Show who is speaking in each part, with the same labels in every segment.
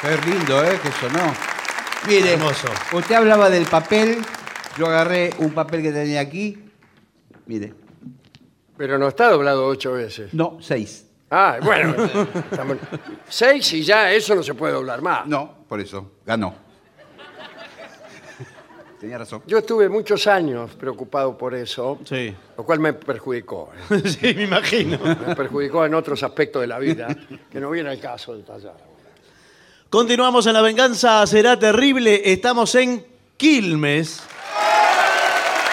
Speaker 1: Qué lindo, ¿eh? Que sonó. Mire,
Speaker 2: Hermoso.
Speaker 1: usted hablaba del papel. Yo agarré un papel que tenía aquí. Mire.
Speaker 3: Pero no está doblado ocho veces.
Speaker 1: No, seis.
Speaker 3: Ah, bueno. estamos- Seis y ya eso no se puede doblar más.
Speaker 1: No, por eso. Ganó. Tenía razón.
Speaker 3: Yo estuve muchos años preocupado por eso,
Speaker 2: Sí.
Speaker 3: lo cual me perjudicó. ¿eh?
Speaker 2: sí, me imagino.
Speaker 3: Me perjudicó en otros aspectos de la vida que no viene al caso de tallar.
Speaker 2: Continuamos en La Venganza Será Terrible. Estamos en Quilmes.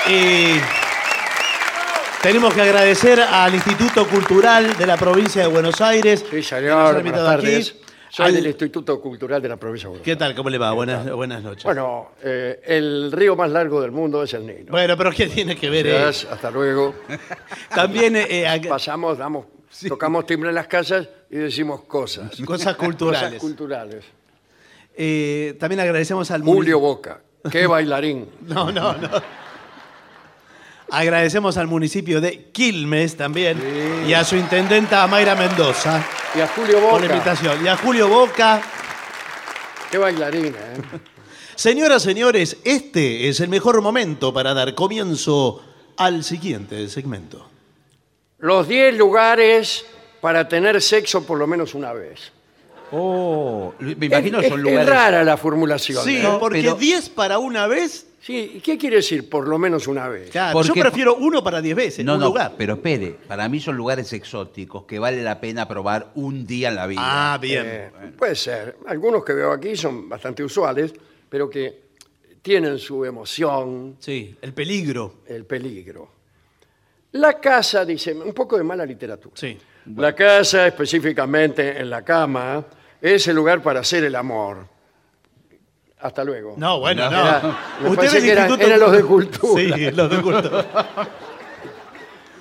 Speaker 2: Y tenemos que agradecer al Instituto Cultural de la Provincia de Buenos Aires.
Speaker 3: Sí,
Speaker 2: que nos ha
Speaker 3: señor, buenas
Speaker 2: invitado aquí.
Speaker 3: tardes. Soy
Speaker 2: Al-
Speaker 3: del Instituto Cultural de la Provincia de Buenos
Speaker 2: ¿Qué tal? ¿Cómo le va? Buenas, buenas noches.
Speaker 3: Aires. Bueno, eh, el río más largo del mundo es el Nilo.
Speaker 2: Bueno, pero ¿qué tiene que ver? eh?
Speaker 3: Gracias, Hasta luego.
Speaker 2: También eh, ag-
Speaker 3: Pasamos, damos, tocamos timbre en las casas y decimos cosas.
Speaker 2: cosas
Speaker 3: Cosas
Speaker 2: culturales.
Speaker 3: culturales.
Speaker 2: Eh, también agradecemos al municipio-
Speaker 3: Julio Boca, qué bailarín.
Speaker 2: No, no, no. Agradecemos al municipio de Quilmes también y a su intendenta Mayra Mendoza
Speaker 3: Y a Julio
Speaker 2: por la
Speaker 3: Boca,
Speaker 2: invitación. Y a Julio Boca.
Speaker 3: qué bailarín. ¿eh?
Speaker 2: Señoras, señores, este es el mejor momento para dar comienzo al siguiente segmento.
Speaker 3: Los 10 lugares para tener sexo por lo menos una vez.
Speaker 1: Oh, me imagino
Speaker 3: es,
Speaker 1: son
Speaker 3: es- es
Speaker 1: lugares.
Speaker 3: rara la formulación.
Speaker 2: Sí,
Speaker 3: ¿eh?
Speaker 1: No,
Speaker 2: porque
Speaker 1: pero-
Speaker 2: 10 para una vez,
Speaker 3: Sí, ¿y qué quiere decir por lo menos una vez?
Speaker 2: claro,
Speaker 1: ¿Por
Speaker 2: yo
Speaker 1: qué?
Speaker 2: prefiero uno para 10 veces,
Speaker 1: No,
Speaker 2: un
Speaker 1: no,
Speaker 2: lugar.
Speaker 1: pero espere, para mí son lugares exóticos que vale la pena probar un día en la vida.
Speaker 2: Ah, bien.
Speaker 3: Eh, puede ser. Algunos que veo aquí son bastante usuales, pero que tienen su emoción,
Speaker 2: sí, el peligro.
Speaker 3: el peligro. La casa, dice, un poco de mala literatura.
Speaker 2: Sí.
Speaker 3: La casa, específicamente en la cama, es el lugar para hacer el amor. Hasta luego.
Speaker 2: No, bueno, no.
Speaker 3: Era- me parece que eran- eran los de cultura.
Speaker 2: Sí, los de cultura.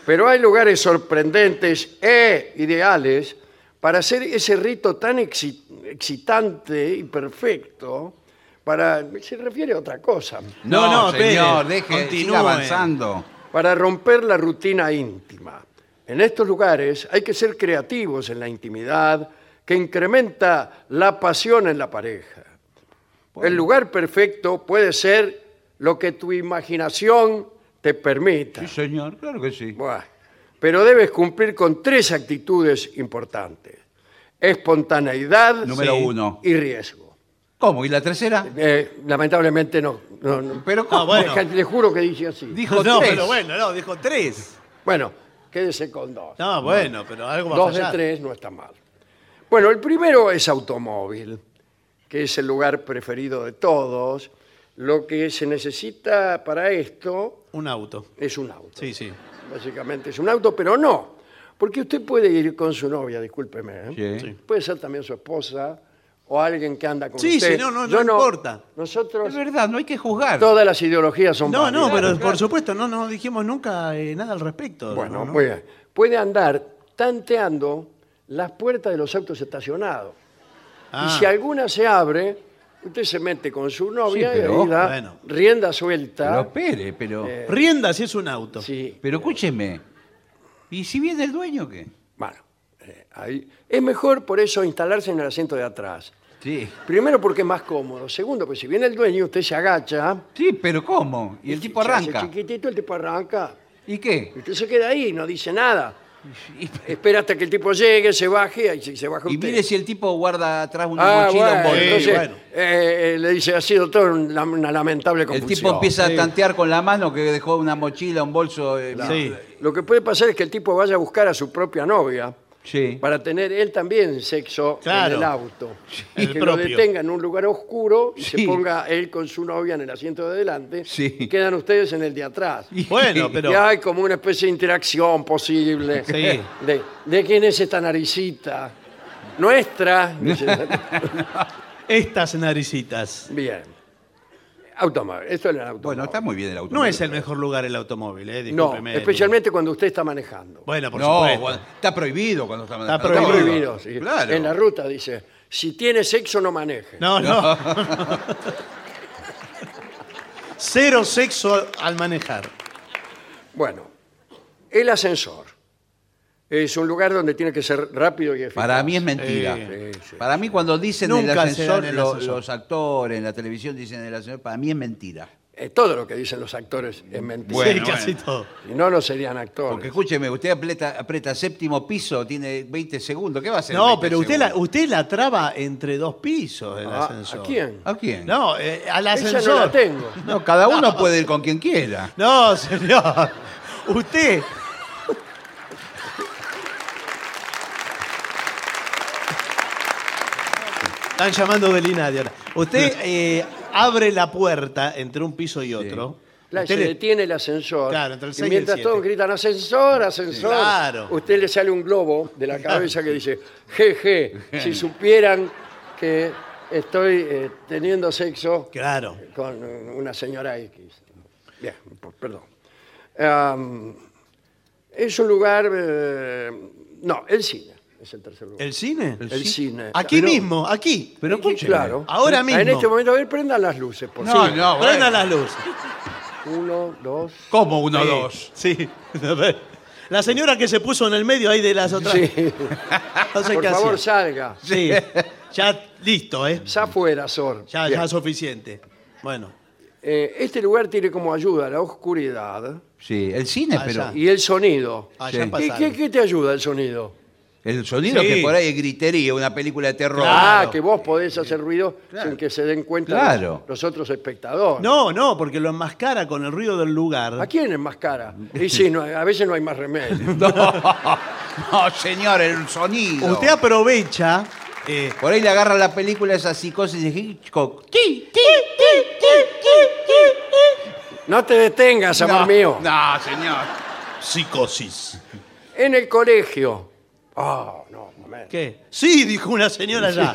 Speaker 3: Pero hay lugares sorprendentes e ideales para hacer ese rito tan exi- excitante y perfecto. Para, se refiere a otra cosa.
Speaker 1: No,
Speaker 2: No, no,
Speaker 1: no, señor,
Speaker 2: espere,
Speaker 1: deje,
Speaker 2: continúe.
Speaker 1: siga avanzando.
Speaker 3: Para romper la rutina íntima. En estos lugares hay que ser creativos en la intimidad que incrementa la pasión en la pareja. El lugar perfecto puede ser lo que tu imaginación te permita.
Speaker 1: Sí, señor, claro que sí.
Speaker 3: Buah. Pero debes cumplir con tres actitudes importantes. Espontaneidad
Speaker 1: Número
Speaker 2: Sí.
Speaker 1: uno.
Speaker 3: y riesgo.
Speaker 1: ¿Cómo? ¿Y la tercera?
Speaker 3: Eh, lamentablemente no. no, no.
Speaker 1: Pero
Speaker 2: Ah,
Speaker 1: ¿cómo?
Speaker 2: bueno.
Speaker 3: Deja- Le juro que dije así.
Speaker 1: Dijo
Speaker 2: no,
Speaker 1: tres.
Speaker 2: pero bueno, no, dijo tres.
Speaker 3: Bueno, quédese con dos.
Speaker 2: No, bueno, pero algo va a
Speaker 3: dos de
Speaker 2: fallar.
Speaker 3: tres no está mal. Bueno, el primero es automóvil, que es el lugar preferido de todos. Lo que se necesita para esto
Speaker 2: Un auto.
Speaker 3: es un auto.
Speaker 2: Sí, sí.
Speaker 3: Básicamente es un auto, pero no. Porque usted puede ir con su novia, discúlpeme. ¿eh?
Speaker 1: Sí.
Speaker 2: Sí.
Speaker 3: Puede ser también su esposa o alguien que anda con
Speaker 2: Sí,
Speaker 3: usted.
Speaker 2: sí, no, no,
Speaker 3: Yo
Speaker 2: no importa.
Speaker 3: Nosotros,
Speaker 1: Es verdad, no hay que juzgar.
Speaker 3: todas las ideologías son
Speaker 2: No, no,
Speaker 3: válidas.
Speaker 2: pero por supuesto, no, no dijimos nunca eh, nada al respecto.
Speaker 3: Bueno, pues,
Speaker 2: no, no.
Speaker 3: muy bien. Puede andar tanteando las puertas de los autos estacionados.
Speaker 2: Ah,
Speaker 3: Y si alguna se abre, usted se mete con su novia
Speaker 1: Sí, pero,
Speaker 3: y ahí da
Speaker 2: bueno.
Speaker 3: rienda
Speaker 1: Pero
Speaker 3: suelta.
Speaker 1: espere, pero.
Speaker 3: Eh,
Speaker 2: Rienda si es un auto.
Speaker 3: Sí,
Speaker 1: Pero escúcheme. ¿Y si viene el dueño qué?
Speaker 3: bueno. eh, ahí- Es mejor por eso instalarse en el asiento de atrás.
Speaker 1: Sí.
Speaker 3: Primero porque es más cómodo. Segundo, porque si viene el dueño, usted se agacha.
Speaker 1: Sí, pero ¿cómo? Y el tipo
Speaker 3: se hace
Speaker 1: arranca.
Speaker 3: chiquitito, el tipo arranca.
Speaker 1: ¿Y qué?
Speaker 3: Y Usted se queda ahí, no dice nada.
Speaker 1: Y,
Speaker 3: Espera hasta que el tipo llegue, se baje, ahí se, se baja
Speaker 1: y
Speaker 3: usted.
Speaker 1: mire si el tipo guarda atrás una
Speaker 3: Ah,
Speaker 1: mochila o
Speaker 3: bueno,
Speaker 1: un bolso.
Speaker 2: Sí,
Speaker 3: entonces
Speaker 2: bueno.
Speaker 3: eh, eh, le dice, ha sido todo una, una lamentable
Speaker 1: El
Speaker 3: confusión.
Speaker 1: tipo empieza
Speaker 2: Sí.
Speaker 1: a tantear con la mano que dejó una mochila, un bolso. eh,
Speaker 2: Sí.
Speaker 3: Lo que puede pasar es que el tipo vaya a buscar a su propia novia
Speaker 1: Sí.
Speaker 3: para tener él también sexo
Speaker 2: Claro.
Speaker 3: en el auto.
Speaker 2: El
Speaker 3: que lo
Speaker 2: propio.
Speaker 3: detenga en un lugar oscuro y se
Speaker 1: Sí.
Speaker 3: ponga él con su novia en el asiento de adelante.
Speaker 1: Sí.
Speaker 3: y Quedan ustedes en el de atrás.
Speaker 2: Bueno, pero.
Speaker 3: Y hay como una especie de interacción posible.
Speaker 2: Sí.
Speaker 3: De, de quién es esta naricita? Nuestra.
Speaker 2: Estas naricitas.
Speaker 3: Bien. Automóvil. Esto es el automóvil.
Speaker 1: Bueno, está muy bien el auto.
Speaker 2: No es el mejor lugar el automóvil, eh,
Speaker 3: No,
Speaker 2: discúlpeme.
Speaker 3: especialmente cuando usted está manejando.
Speaker 2: Bueno, por
Speaker 1: No,
Speaker 2: supuesto.
Speaker 1: bueno, está prohibido cuando está manejando.
Speaker 3: Está
Speaker 2: prohibido.
Speaker 3: prohibido. sí.
Speaker 1: Claro.
Speaker 3: En la ruta dice, si tiene sexo no maneje.
Speaker 2: No, no. Cero sexo al manejar.
Speaker 3: Bueno, el ascensor. es un lugar donde tiene que ser rápido y eficaz.
Speaker 1: Para mí es mentira.
Speaker 3: Sí, sí, sí.
Speaker 1: para mí cuando dicen
Speaker 2: Nunca
Speaker 1: el
Speaker 2: se dan
Speaker 1: ascensor,
Speaker 2: el
Speaker 1: lo-
Speaker 2: ascensor.
Speaker 1: los actores en la televisión dicen el ascensor, para mí es mentira.
Speaker 3: Eh, todo lo que dicen los actores es mentira.
Speaker 1: Bueno,
Speaker 2: sí, casi
Speaker 1: bueno.
Speaker 2: todo.
Speaker 3: Si no, no serían actores.
Speaker 1: Porque escúcheme, usted aprieta, aprieta séptimo piso, tiene 20 segundos. ¿Qué va a hacer?
Speaker 2: No,
Speaker 1: 20
Speaker 2: pero usted la,
Speaker 1: segundos?
Speaker 2: usted la traba entre dos pisos del
Speaker 3: Ah,
Speaker 2: ascensor.
Speaker 3: ¿A quién?
Speaker 1: ¿A quién? No,
Speaker 2: No, eh, al
Speaker 3: Esa
Speaker 2: ascensor.
Speaker 3: no la tengo.
Speaker 1: cada uno puede ir con quien quiera.
Speaker 2: No, señor. Usted. Están llamando del INADI ahora. Usted eh, abre la puerta entre un piso y otro.
Speaker 3: Claro,
Speaker 2: Usted
Speaker 3: se
Speaker 2: le-
Speaker 3: detiene el ascensor.
Speaker 2: Claro, entre el
Speaker 3: y
Speaker 2: seis y el
Speaker 3: mientras
Speaker 2: siete.
Speaker 3: todos gritan ascensor, ascensor,
Speaker 2: Sí, claro.
Speaker 3: usted le sale un globo de la cabeza que dice, jeje, si supieran que estoy eh, teniendo sexo
Speaker 2: Claro.
Speaker 3: con una señora X. Bien, p- perdón. Am, es un lugar... eh, no, el cine es el tercer lugar.
Speaker 2: ¿El cine?
Speaker 3: El cine.
Speaker 2: Aquí
Speaker 3: Pero-
Speaker 2: mismo, aquí.
Speaker 1: Pero
Speaker 3: Sí,
Speaker 1: escúcheme.
Speaker 3: Claro.
Speaker 2: Ahora
Speaker 3: En
Speaker 2: mismo.
Speaker 3: este momento, a ver, prendan las luces, por
Speaker 1: No,
Speaker 3: favor.
Speaker 1: no, bueno.
Speaker 2: Prendan las luces.
Speaker 3: Uno, dos...
Speaker 1: ¿Cómo uno,
Speaker 2: Sí,
Speaker 1: dos?
Speaker 2: Sí. A ver. La señora que se puso en el medio ahí de las otras.
Speaker 3: Sí.
Speaker 2: No sé
Speaker 3: Por
Speaker 2: qué
Speaker 3: favor,
Speaker 2: hacía.
Speaker 3: salga.
Speaker 2: Sí. Ya listo, ¿eh?
Speaker 3: Ya fuera, Sor.
Speaker 2: Ya,
Speaker 3: Bien.
Speaker 2: ya es suficiente. Bueno.
Speaker 3: Eh, este lugar tiene como ayuda la oscuridad
Speaker 1: Sí, el cine,
Speaker 2: Ah,
Speaker 1: pero.
Speaker 2: ya.
Speaker 3: y el sonido.
Speaker 2: Allá
Speaker 1: Sí.
Speaker 3: ¿Y
Speaker 2: ah, pasaron.
Speaker 3: qué, qué te ayuda el sonido?
Speaker 1: El sonido
Speaker 2: Sí.
Speaker 1: que por ahí es gritería, una película de terror.
Speaker 3: Ah, que vos podés hacer ruido sin que se den cuenta
Speaker 1: Claro.
Speaker 3: los, los otros espectadores.
Speaker 2: No, no, porque lo enmascara con el ruido del lugar.
Speaker 3: ¿A quién es más cara? Y sí, no, a veces no hay más remedio.
Speaker 1: No, no, señor, el sonido.
Speaker 2: Usted aprovecha. eh,
Speaker 1: Por ahí le agarra la película esa psicosis de Hitchcock. ¡Ti, ti, ti, ti, ti, ti, ti!
Speaker 3: No te detengas, amor
Speaker 1: No,
Speaker 3: mío.
Speaker 1: No, señor.
Speaker 2: psicosis.
Speaker 3: En el colegio. Ah, no, un momento.
Speaker 2: ¿Qué? Sí, dijo una señora ya.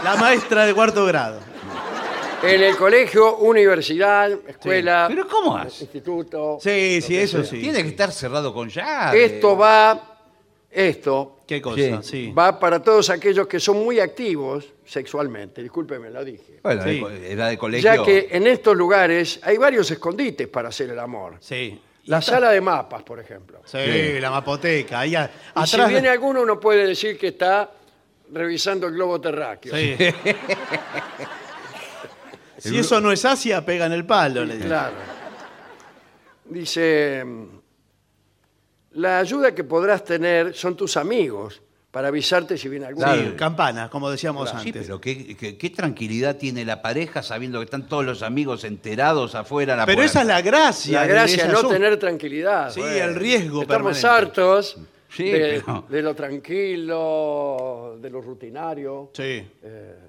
Speaker 2: La maestra de cuarto grado.
Speaker 3: En el colegio, universidad, escuela,
Speaker 1: ¿Pero cómo hace?
Speaker 3: instituto.
Speaker 2: Sí, sí, eso sí.
Speaker 1: Tiene que estar cerrado con llave.
Speaker 3: Esto va, esto
Speaker 2: ¿Qué cosa?
Speaker 1: Sí.
Speaker 2: Sí.
Speaker 3: va para todos aquellos que son muy activos sexualmente, discúlpeme, lo dije.
Speaker 1: Bueno,
Speaker 2: Sí.
Speaker 1: de- edad de colegio.
Speaker 3: Ya que en estos lugares hay varios escondites para hacer el amor.
Speaker 2: Sí.
Speaker 3: La sala de mapas, por ejemplo.
Speaker 2: Sí,
Speaker 1: Sí.
Speaker 2: la mapoteca. Ahí a-
Speaker 3: Y
Speaker 2: atrás.
Speaker 3: si viene alguno, uno puede decir que está revisando el globo terráqueo.
Speaker 2: Sí. si eso no es Asia, pegan el palo. le digo.
Speaker 3: Claro. Dice, la ayuda que podrás tener son tus amigos para avisarte si viene alguno.
Speaker 1: Claro.
Speaker 2: Sí, campanas, como decíamos
Speaker 1: Sí,
Speaker 2: antes.
Speaker 1: pero qué, qué- qué tranquilidad tiene la pareja sabiendo que están todos los amigos enterados afuera a la
Speaker 2: Pero esa es la gracia.
Speaker 3: La
Speaker 2: de
Speaker 3: gracia
Speaker 2: ese
Speaker 3: es no
Speaker 2: asunto.
Speaker 3: tener tranquilidad.
Speaker 2: Sí, el riesgo
Speaker 3: Estamos
Speaker 2: permanente.
Speaker 3: hartos
Speaker 1: Sí,
Speaker 3: de,
Speaker 1: pero-
Speaker 3: de lo tranquilo, de lo rutinario.
Speaker 2: Sí.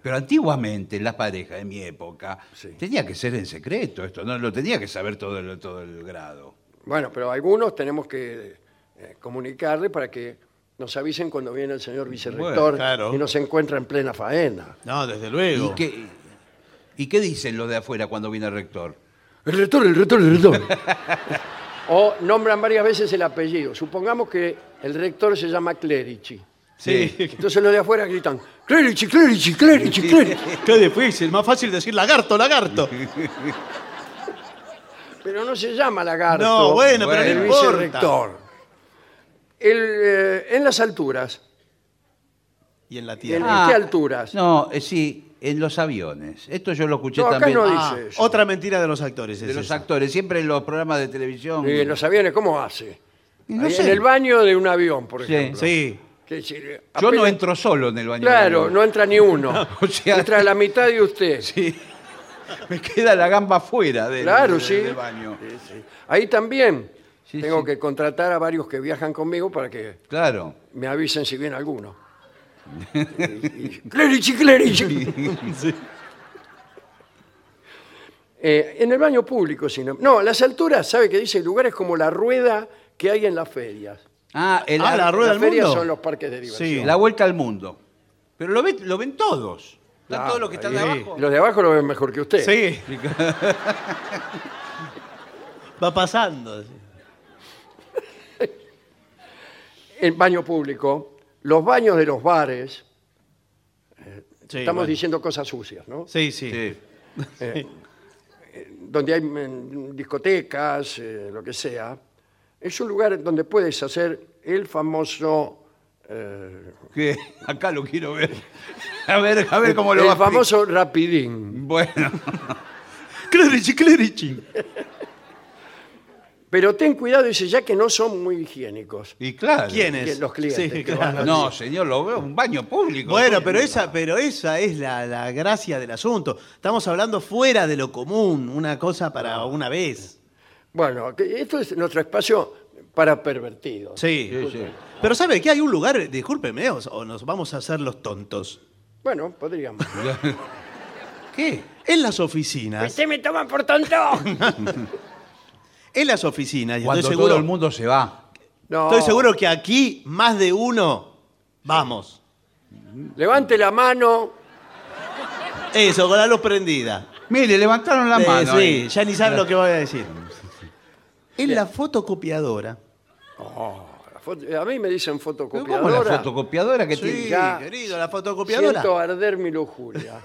Speaker 1: Pero antiguamente, las parejas de mi época,
Speaker 3: Sí.
Speaker 1: tenía que ser en secreto esto, no lo tenía que saber todo el, todo el grado.
Speaker 3: Bueno, pero algunos tenemos que eh, comunicarle para que nos avisen cuando viene el señor vicerrector
Speaker 1: Bueno,
Speaker 2: claro.
Speaker 3: y nos encuentra en plena faena.
Speaker 2: No, desde
Speaker 1: ¿Y
Speaker 2: luego.
Speaker 1: qué, ¿Y qué dicen los de afuera cuando viene el rector?
Speaker 3: El rector, el rector, el rector. o nombran varias veces el apellido. Supongamos que el rector se llama Clerici.
Speaker 2: Sí.
Speaker 3: Entonces los de afuera gritan, Clerici, Clerici, Clerici, Clerici.
Speaker 2: Qué difícil, más fácil decir lagarto, lagarto.
Speaker 3: Pero no se llama lagarto.
Speaker 2: No, bueno, pero
Speaker 1: Bueno.
Speaker 2: no
Speaker 3: el
Speaker 2: importa.
Speaker 3: vicerrector. El, eh, en las alturas.
Speaker 2: Y en la
Speaker 3: ¿En, en
Speaker 2: tierra.
Speaker 3: qué
Speaker 1: Ah,
Speaker 3: alturas?
Speaker 1: No, eh, sí, en los aviones. Esto yo lo escuché
Speaker 3: No, acá
Speaker 1: también
Speaker 3: no dice.
Speaker 2: Ah,
Speaker 3: eso.
Speaker 2: otra mentira de los actores.
Speaker 1: de
Speaker 2: es
Speaker 1: los
Speaker 2: esa.
Speaker 1: actores, siempre en los programas de televisión.
Speaker 3: Y en los aviones, ¿cómo hace?
Speaker 1: Y no
Speaker 3: Ahí
Speaker 1: sé.
Speaker 3: En el baño de un avión, por
Speaker 1: Sí.
Speaker 3: ejemplo.
Speaker 2: Sí.
Speaker 3: Que si- Yo
Speaker 1: Yo no entro solo en el baño.
Speaker 3: Claro, no entra ni uno.
Speaker 1: O sea-
Speaker 3: entra la mitad de usted.
Speaker 1: Sí. Me queda la gamba fuera del,
Speaker 3: Claro,
Speaker 1: del-
Speaker 3: sí.
Speaker 1: del baño.
Speaker 3: Sí, sí. Ahí también
Speaker 1: Sí,
Speaker 3: tengo
Speaker 1: sí.
Speaker 3: que contratar a varios que viajan conmigo para que
Speaker 1: Claro.
Speaker 3: me avisen si viene alguno. Y- y- Clerici, Clerici.
Speaker 2: Sí.
Speaker 3: Eh, en el baño público, si no. No, las alturas, ¿sabe qué dice? Lugares como la rueda que hay en las ferias.
Speaker 1: Ah, el-
Speaker 2: Ah, la
Speaker 1: la,
Speaker 2: rueda
Speaker 3: las
Speaker 2: al
Speaker 3: ferias
Speaker 2: mundo.
Speaker 3: son los parques de diversión.
Speaker 2: Sí.
Speaker 1: vuelta al mundo. Pero lo ven, lo ven todos. Están
Speaker 3: Claro,
Speaker 1: todos los que están
Speaker 3: ahí-
Speaker 1: abajo.
Speaker 3: Los de abajo lo ven mejor que usted.
Speaker 2: Sí. Va pasando. sí.
Speaker 3: El baño público, los baños de los bares.
Speaker 2: Sí,
Speaker 3: Estamos
Speaker 2: bueno.
Speaker 3: diciendo cosas sucias, ¿no?
Speaker 2: Sí, sí.
Speaker 1: Sí.
Speaker 3: Eh, donde eh, hay mm, discotecas, eh, lo que sea, es un lugar donde puedes hacer el famoso... eh,
Speaker 1: Que acá lo quiero ver. A ver, a ver cómo lo
Speaker 3: el
Speaker 1: va a explicar.
Speaker 3: famoso rapidín.
Speaker 1: Bueno,
Speaker 2: Clerici, clerici.
Speaker 3: Pero ten cuidado, dice, ya que no son muy higiénicos.
Speaker 1: y claro.
Speaker 2: ¿Quiénes?
Speaker 3: Los clientes
Speaker 2: Sí,
Speaker 3: que
Speaker 2: claro.
Speaker 3: van a-
Speaker 1: No, señor, lo veo, un baño público.
Speaker 2: Bueno, pero esa, pero esa es la, la gracia del asunto. Estamos hablando fuera de lo común, una cosa para una vez.
Speaker 3: Bueno, que esto es nuestro espacio para pervertidos.
Speaker 2: Sí.
Speaker 1: Sí, sí.
Speaker 2: Pero ¿sabe que hay un lugar, discúlpeme, o, o nos vamos a hacer los tontos?
Speaker 3: Bueno, podríamos.
Speaker 2: ¿Qué? En las oficinas,
Speaker 3: ¡Usted Este me toman por tonto!
Speaker 2: en las oficinas, y
Speaker 1: Cuando
Speaker 2: estoy seguro,
Speaker 1: todo el mundo se va.
Speaker 3: No.
Speaker 2: estoy seguro que aquí más de uno, vamos.
Speaker 3: Levante la mano.
Speaker 2: Eso, con la luz prendida.
Speaker 1: Mire, levantaron la
Speaker 2: Eh,
Speaker 1: mano.
Speaker 2: sí,
Speaker 1: ahí.
Speaker 2: ya ni sabe lo que voy a decir. En la fotocopiadora.
Speaker 3: La foto- A mí me dicen
Speaker 1: Pero
Speaker 3: fotocopiadora.
Speaker 1: ¿Cómo la fotocopiadora que tiene?
Speaker 3: ya.
Speaker 2: querido, la fotocopiadora.
Speaker 3: Siento arder mi lujuria.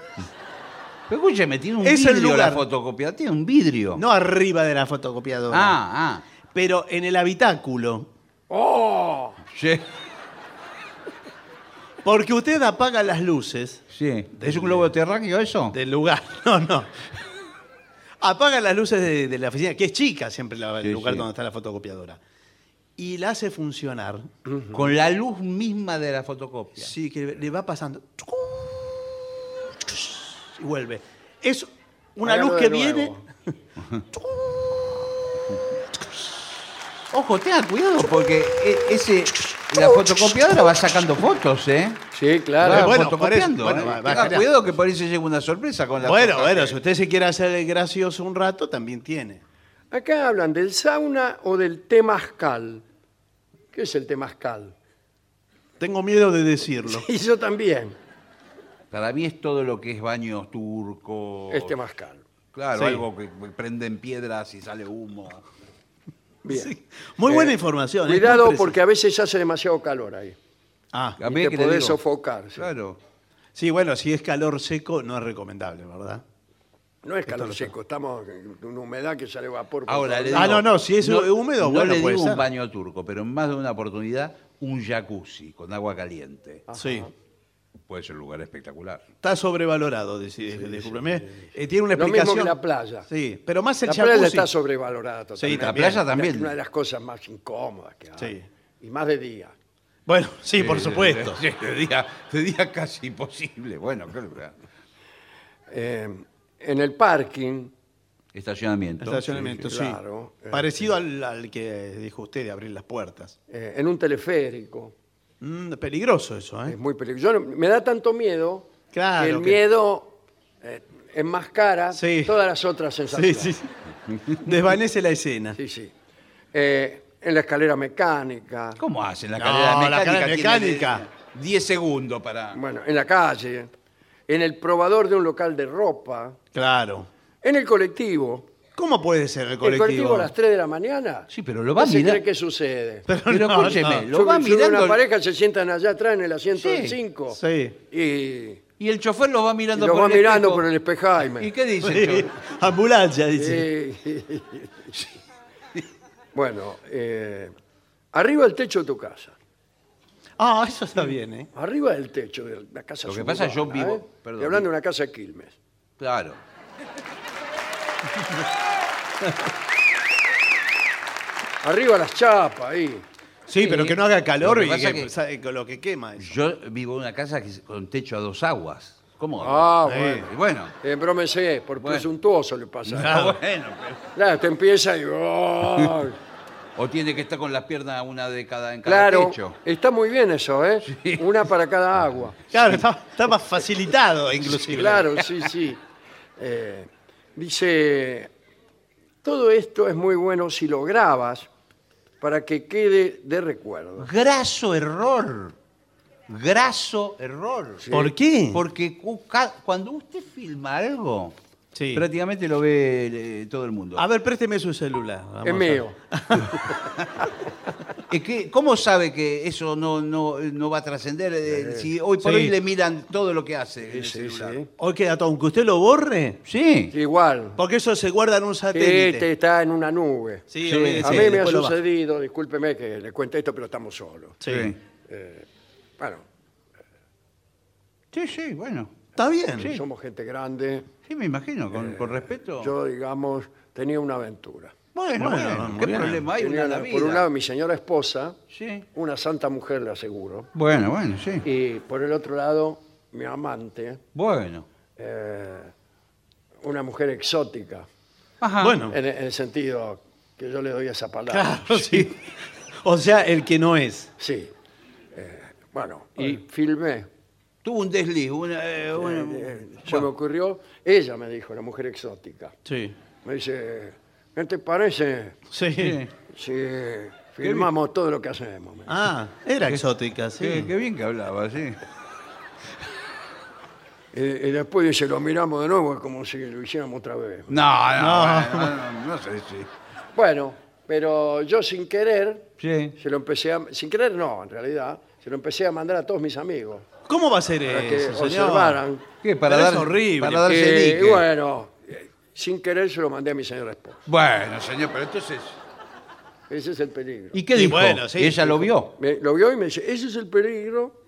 Speaker 1: Pero escúcheme, tiene un
Speaker 2: Es el
Speaker 1: vidrio la
Speaker 2: lugar.
Speaker 1: fotocopiadora. Tiene un vidrio.
Speaker 2: No arriba de la fotocopiadora.
Speaker 1: Ah, ah.
Speaker 2: Pero en el habitáculo.
Speaker 3: ¡Oh!
Speaker 1: Sí,
Speaker 2: Porque usted apaga las luces
Speaker 1: sí. ¿Es un globo terráqueo eso?
Speaker 2: del lugar. No, no. Apaga las luces de, de la oficina, que es chica siempre la- el
Speaker 1: Sí,
Speaker 2: lugar
Speaker 1: sí.
Speaker 2: donde está la fotocopiadora. Y la hace funcionar.
Speaker 1: Con la luz misma de la fotocopia.
Speaker 2: Sí, que le va pasando. Y vuelve. Es una
Speaker 3: Hágalo
Speaker 2: luz
Speaker 3: de
Speaker 2: que
Speaker 3: nuevo.
Speaker 2: viene.
Speaker 1: Ojo, tenga cuidado porque e- ese, la fotocopiadora va sacando fotos, ¿eh?
Speaker 3: Sí,
Speaker 1: Va
Speaker 3: claro.
Speaker 2: bueno,
Speaker 1: fotocopiando,
Speaker 2: por eso,
Speaker 1: ¿eh?
Speaker 2: bueno, va- va
Speaker 1: Tenga
Speaker 2: generando.
Speaker 1: cuidado que por ahí se llega una sorpresa con la
Speaker 2: Bueno,
Speaker 1: foto.
Speaker 2: bueno, si usted se quiere hacer el gracioso un rato, también tiene.
Speaker 3: Acá hablan del sauna o del temazcal. ¿Qué es el temazcal?
Speaker 2: Tengo miedo de decirlo.
Speaker 3: Y yo también,
Speaker 2: eh.
Speaker 1: Para mí es todo lo que es baños turcos.
Speaker 3: el temazcal.
Speaker 1: Claro,
Speaker 2: Sí.
Speaker 1: algo que prenden piedras y sale humo.
Speaker 3: Bien.
Speaker 2: Muy buena información. ¿eh?
Speaker 3: Cuidado
Speaker 2: Muy precisa.
Speaker 3: porque a veces hace demasiado calor ahí.
Speaker 2: Ah,
Speaker 1: A
Speaker 3: Y
Speaker 1: mí
Speaker 3: te
Speaker 1: que le
Speaker 3: podés
Speaker 1: digo-
Speaker 3: sofocar. sí.
Speaker 1: Claro.
Speaker 2: sí, bueno, si es calor seco no es recomendable, ¿verdad?
Speaker 3: No es calor seco, estamos en una humedad que sale vapor. por
Speaker 1: Ahora
Speaker 3: todos
Speaker 1: le
Speaker 3: lados.
Speaker 2: Ah, no, no, si es húmedo,
Speaker 1: no
Speaker 2: bueno,
Speaker 1: le
Speaker 2: puede
Speaker 1: digo
Speaker 2: ser.
Speaker 1: un baño turco, pero en más de una oportunidad un jacuzzi con agua caliente.
Speaker 3: Ah.
Speaker 2: Sí.
Speaker 1: Puede ser un lugar espectacular.
Speaker 2: Está sobrevalorado, deci- discúlpeme. Eh, tiene una
Speaker 3: Lo mismo
Speaker 2: explicación.
Speaker 3: que la playa.
Speaker 2: Sí, pero más el
Speaker 3: la playa
Speaker 2: jacuzzi.
Speaker 3: está sobrevalorada totalmente.
Speaker 1: la
Speaker 2: también.
Speaker 1: playa también.
Speaker 3: Es una de las cosas más incómodas que hay.
Speaker 2: Sí.
Speaker 3: Y más de día.
Speaker 2: Bueno, sí, por supuesto.
Speaker 1: Eh, Sí, de día, de día casi imposible. Bueno, claro. claro.
Speaker 3: Eh, en el parking,
Speaker 1: Estacionamiento.
Speaker 2: Estacionamiento, sí.
Speaker 3: Sí, sí, claro.
Speaker 2: Parecido al, al que dijo usted de abrir las puertas.
Speaker 3: eh, en un teleférico,
Speaker 2: Mm, peligroso eso,
Speaker 3: es
Speaker 2: ¿eh?
Speaker 3: muy peligroso. Yo no- me da tanto miedo
Speaker 2: Claro
Speaker 3: que el
Speaker 2: que-
Speaker 3: miedo eh, enmascara
Speaker 2: Sí.
Speaker 3: todas las otras
Speaker 2: Sí,
Speaker 3: sensaciones.
Speaker 2: sí. Desvanece la escena.
Speaker 3: Sí, sí. Eh, en la escalera mecánica,
Speaker 1: Sí. ¿Cómo hacen? La
Speaker 2: No,
Speaker 1: carrera
Speaker 2: la
Speaker 1: mecánica.
Speaker 2: escalera
Speaker 1: tiene
Speaker 2: mecánica.
Speaker 1: 10 segundos para.
Speaker 3: bueno, en la calle, en el probador de un local de ropa,
Speaker 2: Claro.
Speaker 3: en el colectivo.
Speaker 2: ¿Cómo puede ser el
Speaker 3: El colectivo
Speaker 2: colectivo?
Speaker 3: a las 3 de la mañana.
Speaker 1: Sí, pero lo va a
Speaker 3: ¿Qué se
Speaker 1: mirar.
Speaker 3: cree que sucede?
Speaker 2: Pero
Speaker 1: Pero
Speaker 2: no,
Speaker 1: escúcheme,
Speaker 2: no.
Speaker 1: lo va
Speaker 3: Sube- sube
Speaker 1: mirando.
Speaker 3: una pareja, se sientan allá atrás en el asiento
Speaker 1: Sí,
Speaker 3: del 5.
Speaker 2: sí.
Speaker 3: Y, y
Speaker 1: Y el chofer lo va mirando
Speaker 3: los
Speaker 1: por
Speaker 3: va
Speaker 1: el
Speaker 3: mirando
Speaker 1: espejo.
Speaker 3: por el
Speaker 1: ¿Y
Speaker 3: espejaime.
Speaker 1: qué dice el
Speaker 2: Sí,
Speaker 1: chofer?
Speaker 2: Ambulancia, dice.
Speaker 3: Eh, bueno, eh, arriba del techo de tu casa.
Speaker 2: Ah, eso está bien, ¿eh?
Speaker 3: Arriba del techo de la casa
Speaker 1: Lo que pasa, yo
Speaker 3: suburbana,
Speaker 1: vivo-
Speaker 3: ¿eh?
Speaker 1: perdón.
Speaker 3: Estoy hablando de una casa de Quilmes.
Speaker 1: Claro.
Speaker 3: Arriba las chapas, ahí.
Speaker 2: Sí,
Speaker 1: Sí.
Speaker 2: pero que no haga calor
Speaker 1: Lo que
Speaker 2: y
Speaker 1: pasa
Speaker 2: que,
Speaker 1: que-
Speaker 2: sa- con lo que quema eso.
Speaker 1: Yo vivo en una casa que es con techo a dos aguas. ¿Cómo?
Speaker 3: Ah,
Speaker 2: Sí.
Speaker 3: bueno. Eh,
Speaker 1: Y bueno.
Speaker 3: Embrómese, por
Speaker 1: Bueno.
Speaker 3: presuntuoso le pasa.
Speaker 2: Ah,
Speaker 1: Ah, bueno, pero-
Speaker 3: Claro, te empieza y... ¡oh!
Speaker 1: O tiene que estar con las piernas una de cada en cada
Speaker 3: Claro,
Speaker 1: techo. Ah.
Speaker 3: está muy bien eso, ¿eh? Una para cada agua.
Speaker 2: Claro, está, está más facilitado, inclusive.
Speaker 3: Claro, sí, sí. Eh, dice, todo esto es muy bueno si lo grabas para que quede de recuerdo.
Speaker 1: Graso error. Graso error.
Speaker 2: ¿Por qué?
Speaker 1: Porque cu- ca- cuando usted filma algo,
Speaker 2: Sí.
Speaker 1: Prácticamente lo ve eh, todo el mundo.
Speaker 2: A ver, présteme su celular. vamos
Speaker 3: es
Speaker 2: a-
Speaker 3: mío.
Speaker 1: Es que, Eh, ¿Cómo sabe que eso no, no, no va a trascender eh, si hoy por
Speaker 2: Sí.
Speaker 1: hoy le miran todo lo que hace? en
Speaker 3: Sí,
Speaker 1: el
Speaker 3: sí,
Speaker 1: celular?
Speaker 3: sí.
Speaker 2: Hoy queda todo, aunque usted lo borre,
Speaker 1: Sí.
Speaker 3: Igual.
Speaker 2: porque eso se guarda en un
Speaker 3: Este
Speaker 2: satélite.
Speaker 3: está en una nube.
Speaker 2: Sí,
Speaker 1: Sí.
Speaker 2: olvídese,
Speaker 3: A mí me ha
Speaker 2: después lo baja.
Speaker 3: sucedido, discúlpeme que le cuente esto, pero estamos solos.
Speaker 2: Sí.
Speaker 3: Bueno,
Speaker 1: Sí, sí, bueno.
Speaker 2: Está bien.
Speaker 1: Sí. Oh.
Speaker 3: somos gente grande.
Speaker 1: Sí, me imagino, con, con respeto.
Speaker 3: Eh, Yo, digamos, tenía una aventura.
Speaker 1: bueno,
Speaker 2: Bueno,
Speaker 1: bueno,
Speaker 2: muy
Speaker 1: ¿qué
Speaker 2: bien.
Speaker 1: problema hay?
Speaker 3: Tenía
Speaker 1: Una,
Speaker 3: una-
Speaker 1: la
Speaker 3: por un
Speaker 1: vida.
Speaker 3: lado, mi señora esposa,
Speaker 1: Sí.
Speaker 3: una santa mujer, le aseguro.
Speaker 1: Bueno, bueno, sí.
Speaker 3: Y por el otro lado, mi amante,
Speaker 1: Bueno.
Speaker 3: eh, una mujer exótica.
Speaker 1: Ajá.
Speaker 2: Bueno,
Speaker 3: En, en el sentido que yo le doy esa palabra.
Speaker 2: claro, sí. O sea, el que no es.
Speaker 3: Sí. Eh, bueno, y filmé.
Speaker 1: Tuvo un desliz. Una, eh,
Speaker 2: Mm.
Speaker 1: una-
Speaker 3: Eh, se me ocurrió, ella me dijo, la mujer exótica.
Speaker 2: Sí.
Speaker 3: Me dice, ¿qué te parece
Speaker 2: Sí.
Speaker 1: Sí.
Speaker 3: si filmamos todo lo que hacemos? me dijo.
Speaker 2: Ah, era exótica, sí.
Speaker 1: Qué, qué bien que hablaba, sí.
Speaker 3: Y, y después dice, lo miramos de nuevo, es como si lo hiciéramos otra vez.
Speaker 1: No,
Speaker 2: No.
Speaker 1: no, bueno, no, no sé si.
Speaker 3: Bueno, pero yo sin querer,
Speaker 1: Sí.
Speaker 3: se lo empecé a, sin querer no, en realidad, se lo empecé a mandar a todos mis amigos
Speaker 2: ¿Cómo va a ser
Speaker 3: para que
Speaker 2: eso, señor?
Speaker 3: observaran.
Speaker 1: ¿Qué? Para
Speaker 2: Pero es
Speaker 1: dar,
Speaker 2: horrible.
Speaker 1: Para darse
Speaker 3: Eh,
Speaker 1: dique. Bueno.
Speaker 3: bueno, eh, sin querer se lo mandé a mi señora esposa.
Speaker 1: señor, pero entonces.
Speaker 3: Ese es el peligro.
Speaker 1: ¿Y qué
Speaker 2: Y
Speaker 1: dijo?
Speaker 2: bueno, sí,
Speaker 1: ¿Y ella lo vio.
Speaker 3: Me- lo vio y me dice, ese es el peligro.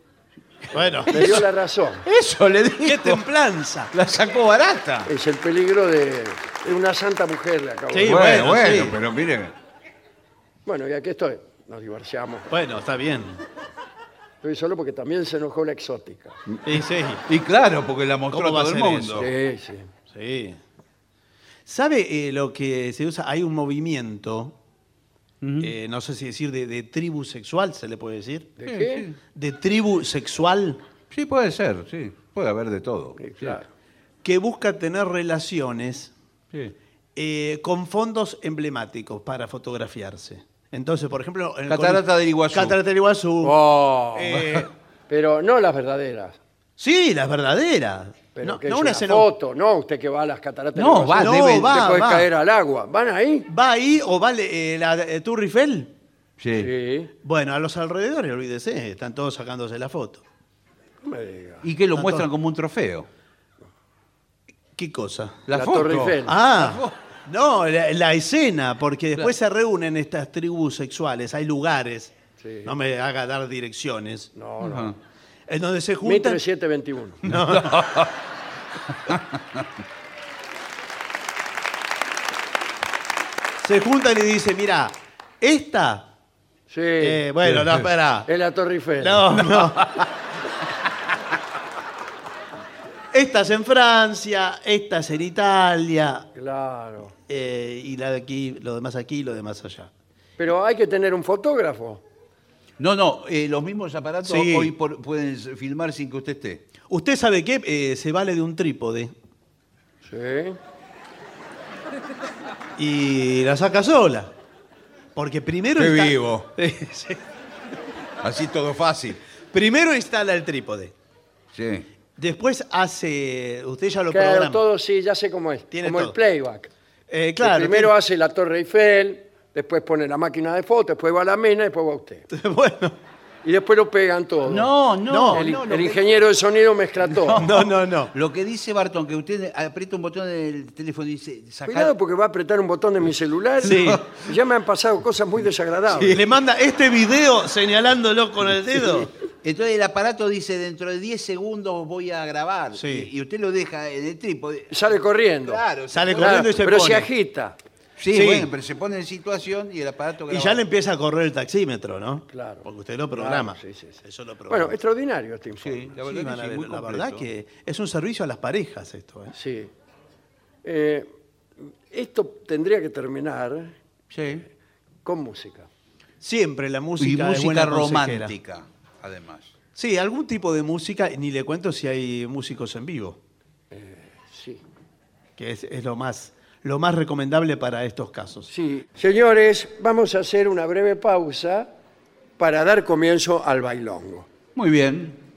Speaker 2: Bueno,
Speaker 3: Me dio la razón.
Speaker 1: Eso le dijo.
Speaker 2: qué templanza.
Speaker 1: La sacó barata.
Speaker 3: Es el peligro de, de una santa mujer, le acabo de
Speaker 2: Sí,
Speaker 3: decir.
Speaker 1: bueno,
Speaker 2: bueno,
Speaker 1: bueno,
Speaker 2: sí.
Speaker 1: pero mire.
Speaker 3: Bueno, y aquí estoy. Nos divorciamos.
Speaker 2: Bueno, está bien.
Speaker 3: Estoy solo porque también se enojó la exótica.
Speaker 2: Sí, sí.
Speaker 1: Y claro, porque la mostró
Speaker 2: ¿Cómo
Speaker 1: a
Speaker 2: va
Speaker 1: todo el
Speaker 2: a ser
Speaker 1: mundo.
Speaker 3: Sí, sí.
Speaker 2: Sí. ¿Sabe eh, lo que se usa? Hay un movimiento, eh, no sé si decir de, de tribu sexual, ¿se le puede decir?
Speaker 3: ¿De
Speaker 1: Sí,
Speaker 3: qué?
Speaker 2: De tribu sexual
Speaker 1: Sí, puede ser, sí. Puede haber de todo.
Speaker 3: Sí, claro.
Speaker 2: que busca tener relaciones
Speaker 1: Sí.
Speaker 2: eh, con fondos emblemáticos para fotografiarse. Entonces, por ejemplo... en el
Speaker 1: Catarata
Speaker 2: col-
Speaker 1: del Iguazú.
Speaker 2: Catarata del Iguazú.
Speaker 3: Oh,
Speaker 1: Uh.
Speaker 2: Eh,
Speaker 3: Pero no las verdaderas.
Speaker 2: sí, las verdaderas.
Speaker 3: Pero
Speaker 2: no,
Speaker 3: que
Speaker 2: no
Speaker 3: es
Speaker 2: una
Speaker 3: una
Speaker 2: ceno-
Speaker 3: foto, no usted que va a las cataratas.
Speaker 1: No,
Speaker 3: del Iguazú,
Speaker 1: va,
Speaker 2: No,
Speaker 1: debe-
Speaker 2: va,
Speaker 3: te puede
Speaker 2: va.
Speaker 3: caer al agua. ¿Van ahí?
Speaker 2: ¿Va ahí o va eh, la eh, Tour Eiffel?
Speaker 1: Sí.
Speaker 3: Sí.
Speaker 2: Bueno, a los alrededores, olvídese, están todos sacándose la foto.
Speaker 3: No me diga.
Speaker 1: Y que lo
Speaker 2: Está
Speaker 1: muestran
Speaker 2: todo.
Speaker 1: como un trofeo.
Speaker 2: ¿Qué cosa?
Speaker 1: La,
Speaker 3: La
Speaker 1: foto.
Speaker 3: Torre Eiffel.
Speaker 2: Ah, no, la, la escena, porque después se reúnen estas tribus sexuales, hay lugares,
Speaker 3: Sí.
Speaker 2: no me haga dar direcciones,
Speaker 3: No, no.
Speaker 1: Ajá.
Speaker 2: en donde se juntan...
Speaker 3: 13721.
Speaker 2: Se juntan y dicen, mira, esta...
Speaker 3: Sí.
Speaker 2: eh, bueno, no, espera.
Speaker 3: Es la Torre Eiffel.
Speaker 2: No, no. Esta es en Francia, esta es en Italia,
Speaker 3: Claro.
Speaker 2: eh, y la de aquí, lo demás aquí, lo demás allá.
Speaker 3: Pero hay que tener un fotógrafo.
Speaker 1: No, no, eh, los mismos aparatos
Speaker 2: Sí.
Speaker 1: hoy por- pueden filmar sin que usted esté.
Speaker 2: ¿Usted sabe qué? Eh, se vale de un trípode
Speaker 3: Sí.
Speaker 2: y la saca sola. Porque primero...
Speaker 1: Qué
Speaker 2: insta-
Speaker 1: vivo.
Speaker 2: Sí.
Speaker 1: Así todo fácil.
Speaker 2: primero instala el trípode.
Speaker 1: Sí.
Speaker 2: Después hace... Usted ya lo
Speaker 3: Claro,
Speaker 2: programa.
Speaker 3: todo sí, ya sé cómo es.
Speaker 2: Tiene
Speaker 3: como
Speaker 2: todo.
Speaker 3: el playback.
Speaker 2: Eh, claro.
Speaker 3: primero hace la Torre Eiffel, después pone la máquina de fotos, después va a la mina, después va usted.
Speaker 2: tiene- Bueno.
Speaker 3: Y después lo pegan todo.
Speaker 1: No, no,
Speaker 2: No,
Speaker 3: El,
Speaker 1: no,
Speaker 3: el
Speaker 1: lo que-
Speaker 3: ingeniero de sonido mezcla todo.
Speaker 2: No, no, no.
Speaker 1: Lo que dice Barton, que usted aprieta un botón del teléfono y dice, sacar
Speaker 3: Cuidado porque va a apretar un botón de mi celular.
Speaker 2: Sí.
Speaker 3: y Ya me han pasado cosas muy desagradables.
Speaker 2: Le manda este video señalándolo con el dedo.
Speaker 1: Entonces el aparato dice, dentro de 10 segundos voy a grabar.
Speaker 2: Sí.
Speaker 1: Y, y usted lo deja en el trípode.
Speaker 3: Sale corriendo.
Speaker 1: Claro, se
Speaker 2: Sale
Speaker 1: pone-
Speaker 2: corriendo y se
Speaker 3: pero
Speaker 2: pone.
Speaker 3: se agita.
Speaker 1: Sí,
Speaker 2: Sí.
Speaker 1: bueno, pero se pone en situación y el aparato
Speaker 2: Y
Speaker 1: graba.
Speaker 2: ya le empieza a correr el taxímetro, ¿no?
Speaker 3: Claro.
Speaker 2: Porque usted lo programa.
Speaker 3: Claro, sí, sí, sí.
Speaker 2: Eso lo programa.
Speaker 3: Bueno, extraordinario este informe.
Speaker 1: Sí, la
Speaker 2: Sí,
Speaker 1: verdad, que,
Speaker 2: van a
Speaker 1: sí,
Speaker 2: ver,
Speaker 1: muy
Speaker 2: la
Speaker 1: completo.
Speaker 2: verdad que es un servicio a las parejas esto. ¿eh?
Speaker 3: Sí. Eh, esto tendría que terminar
Speaker 1: Sí.
Speaker 3: con música.
Speaker 2: Siempre la
Speaker 1: Y
Speaker 2: música es
Speaker 1: música
Speaker 2: buena consejera.
Speaker 1: romántica, además.
Speaker 2: Sí, algún tipo de música, ni le cuento si hay músicos en vivo,
Speaker 3: Sí.
Speaker 2: que es, es lo, más, lo más recomendable para estos casos.
Speaker 3: Sí. Señores, vamos a hacer una breve pausa para dar comienzo al bailongo.
Speaker 1: Muy bien.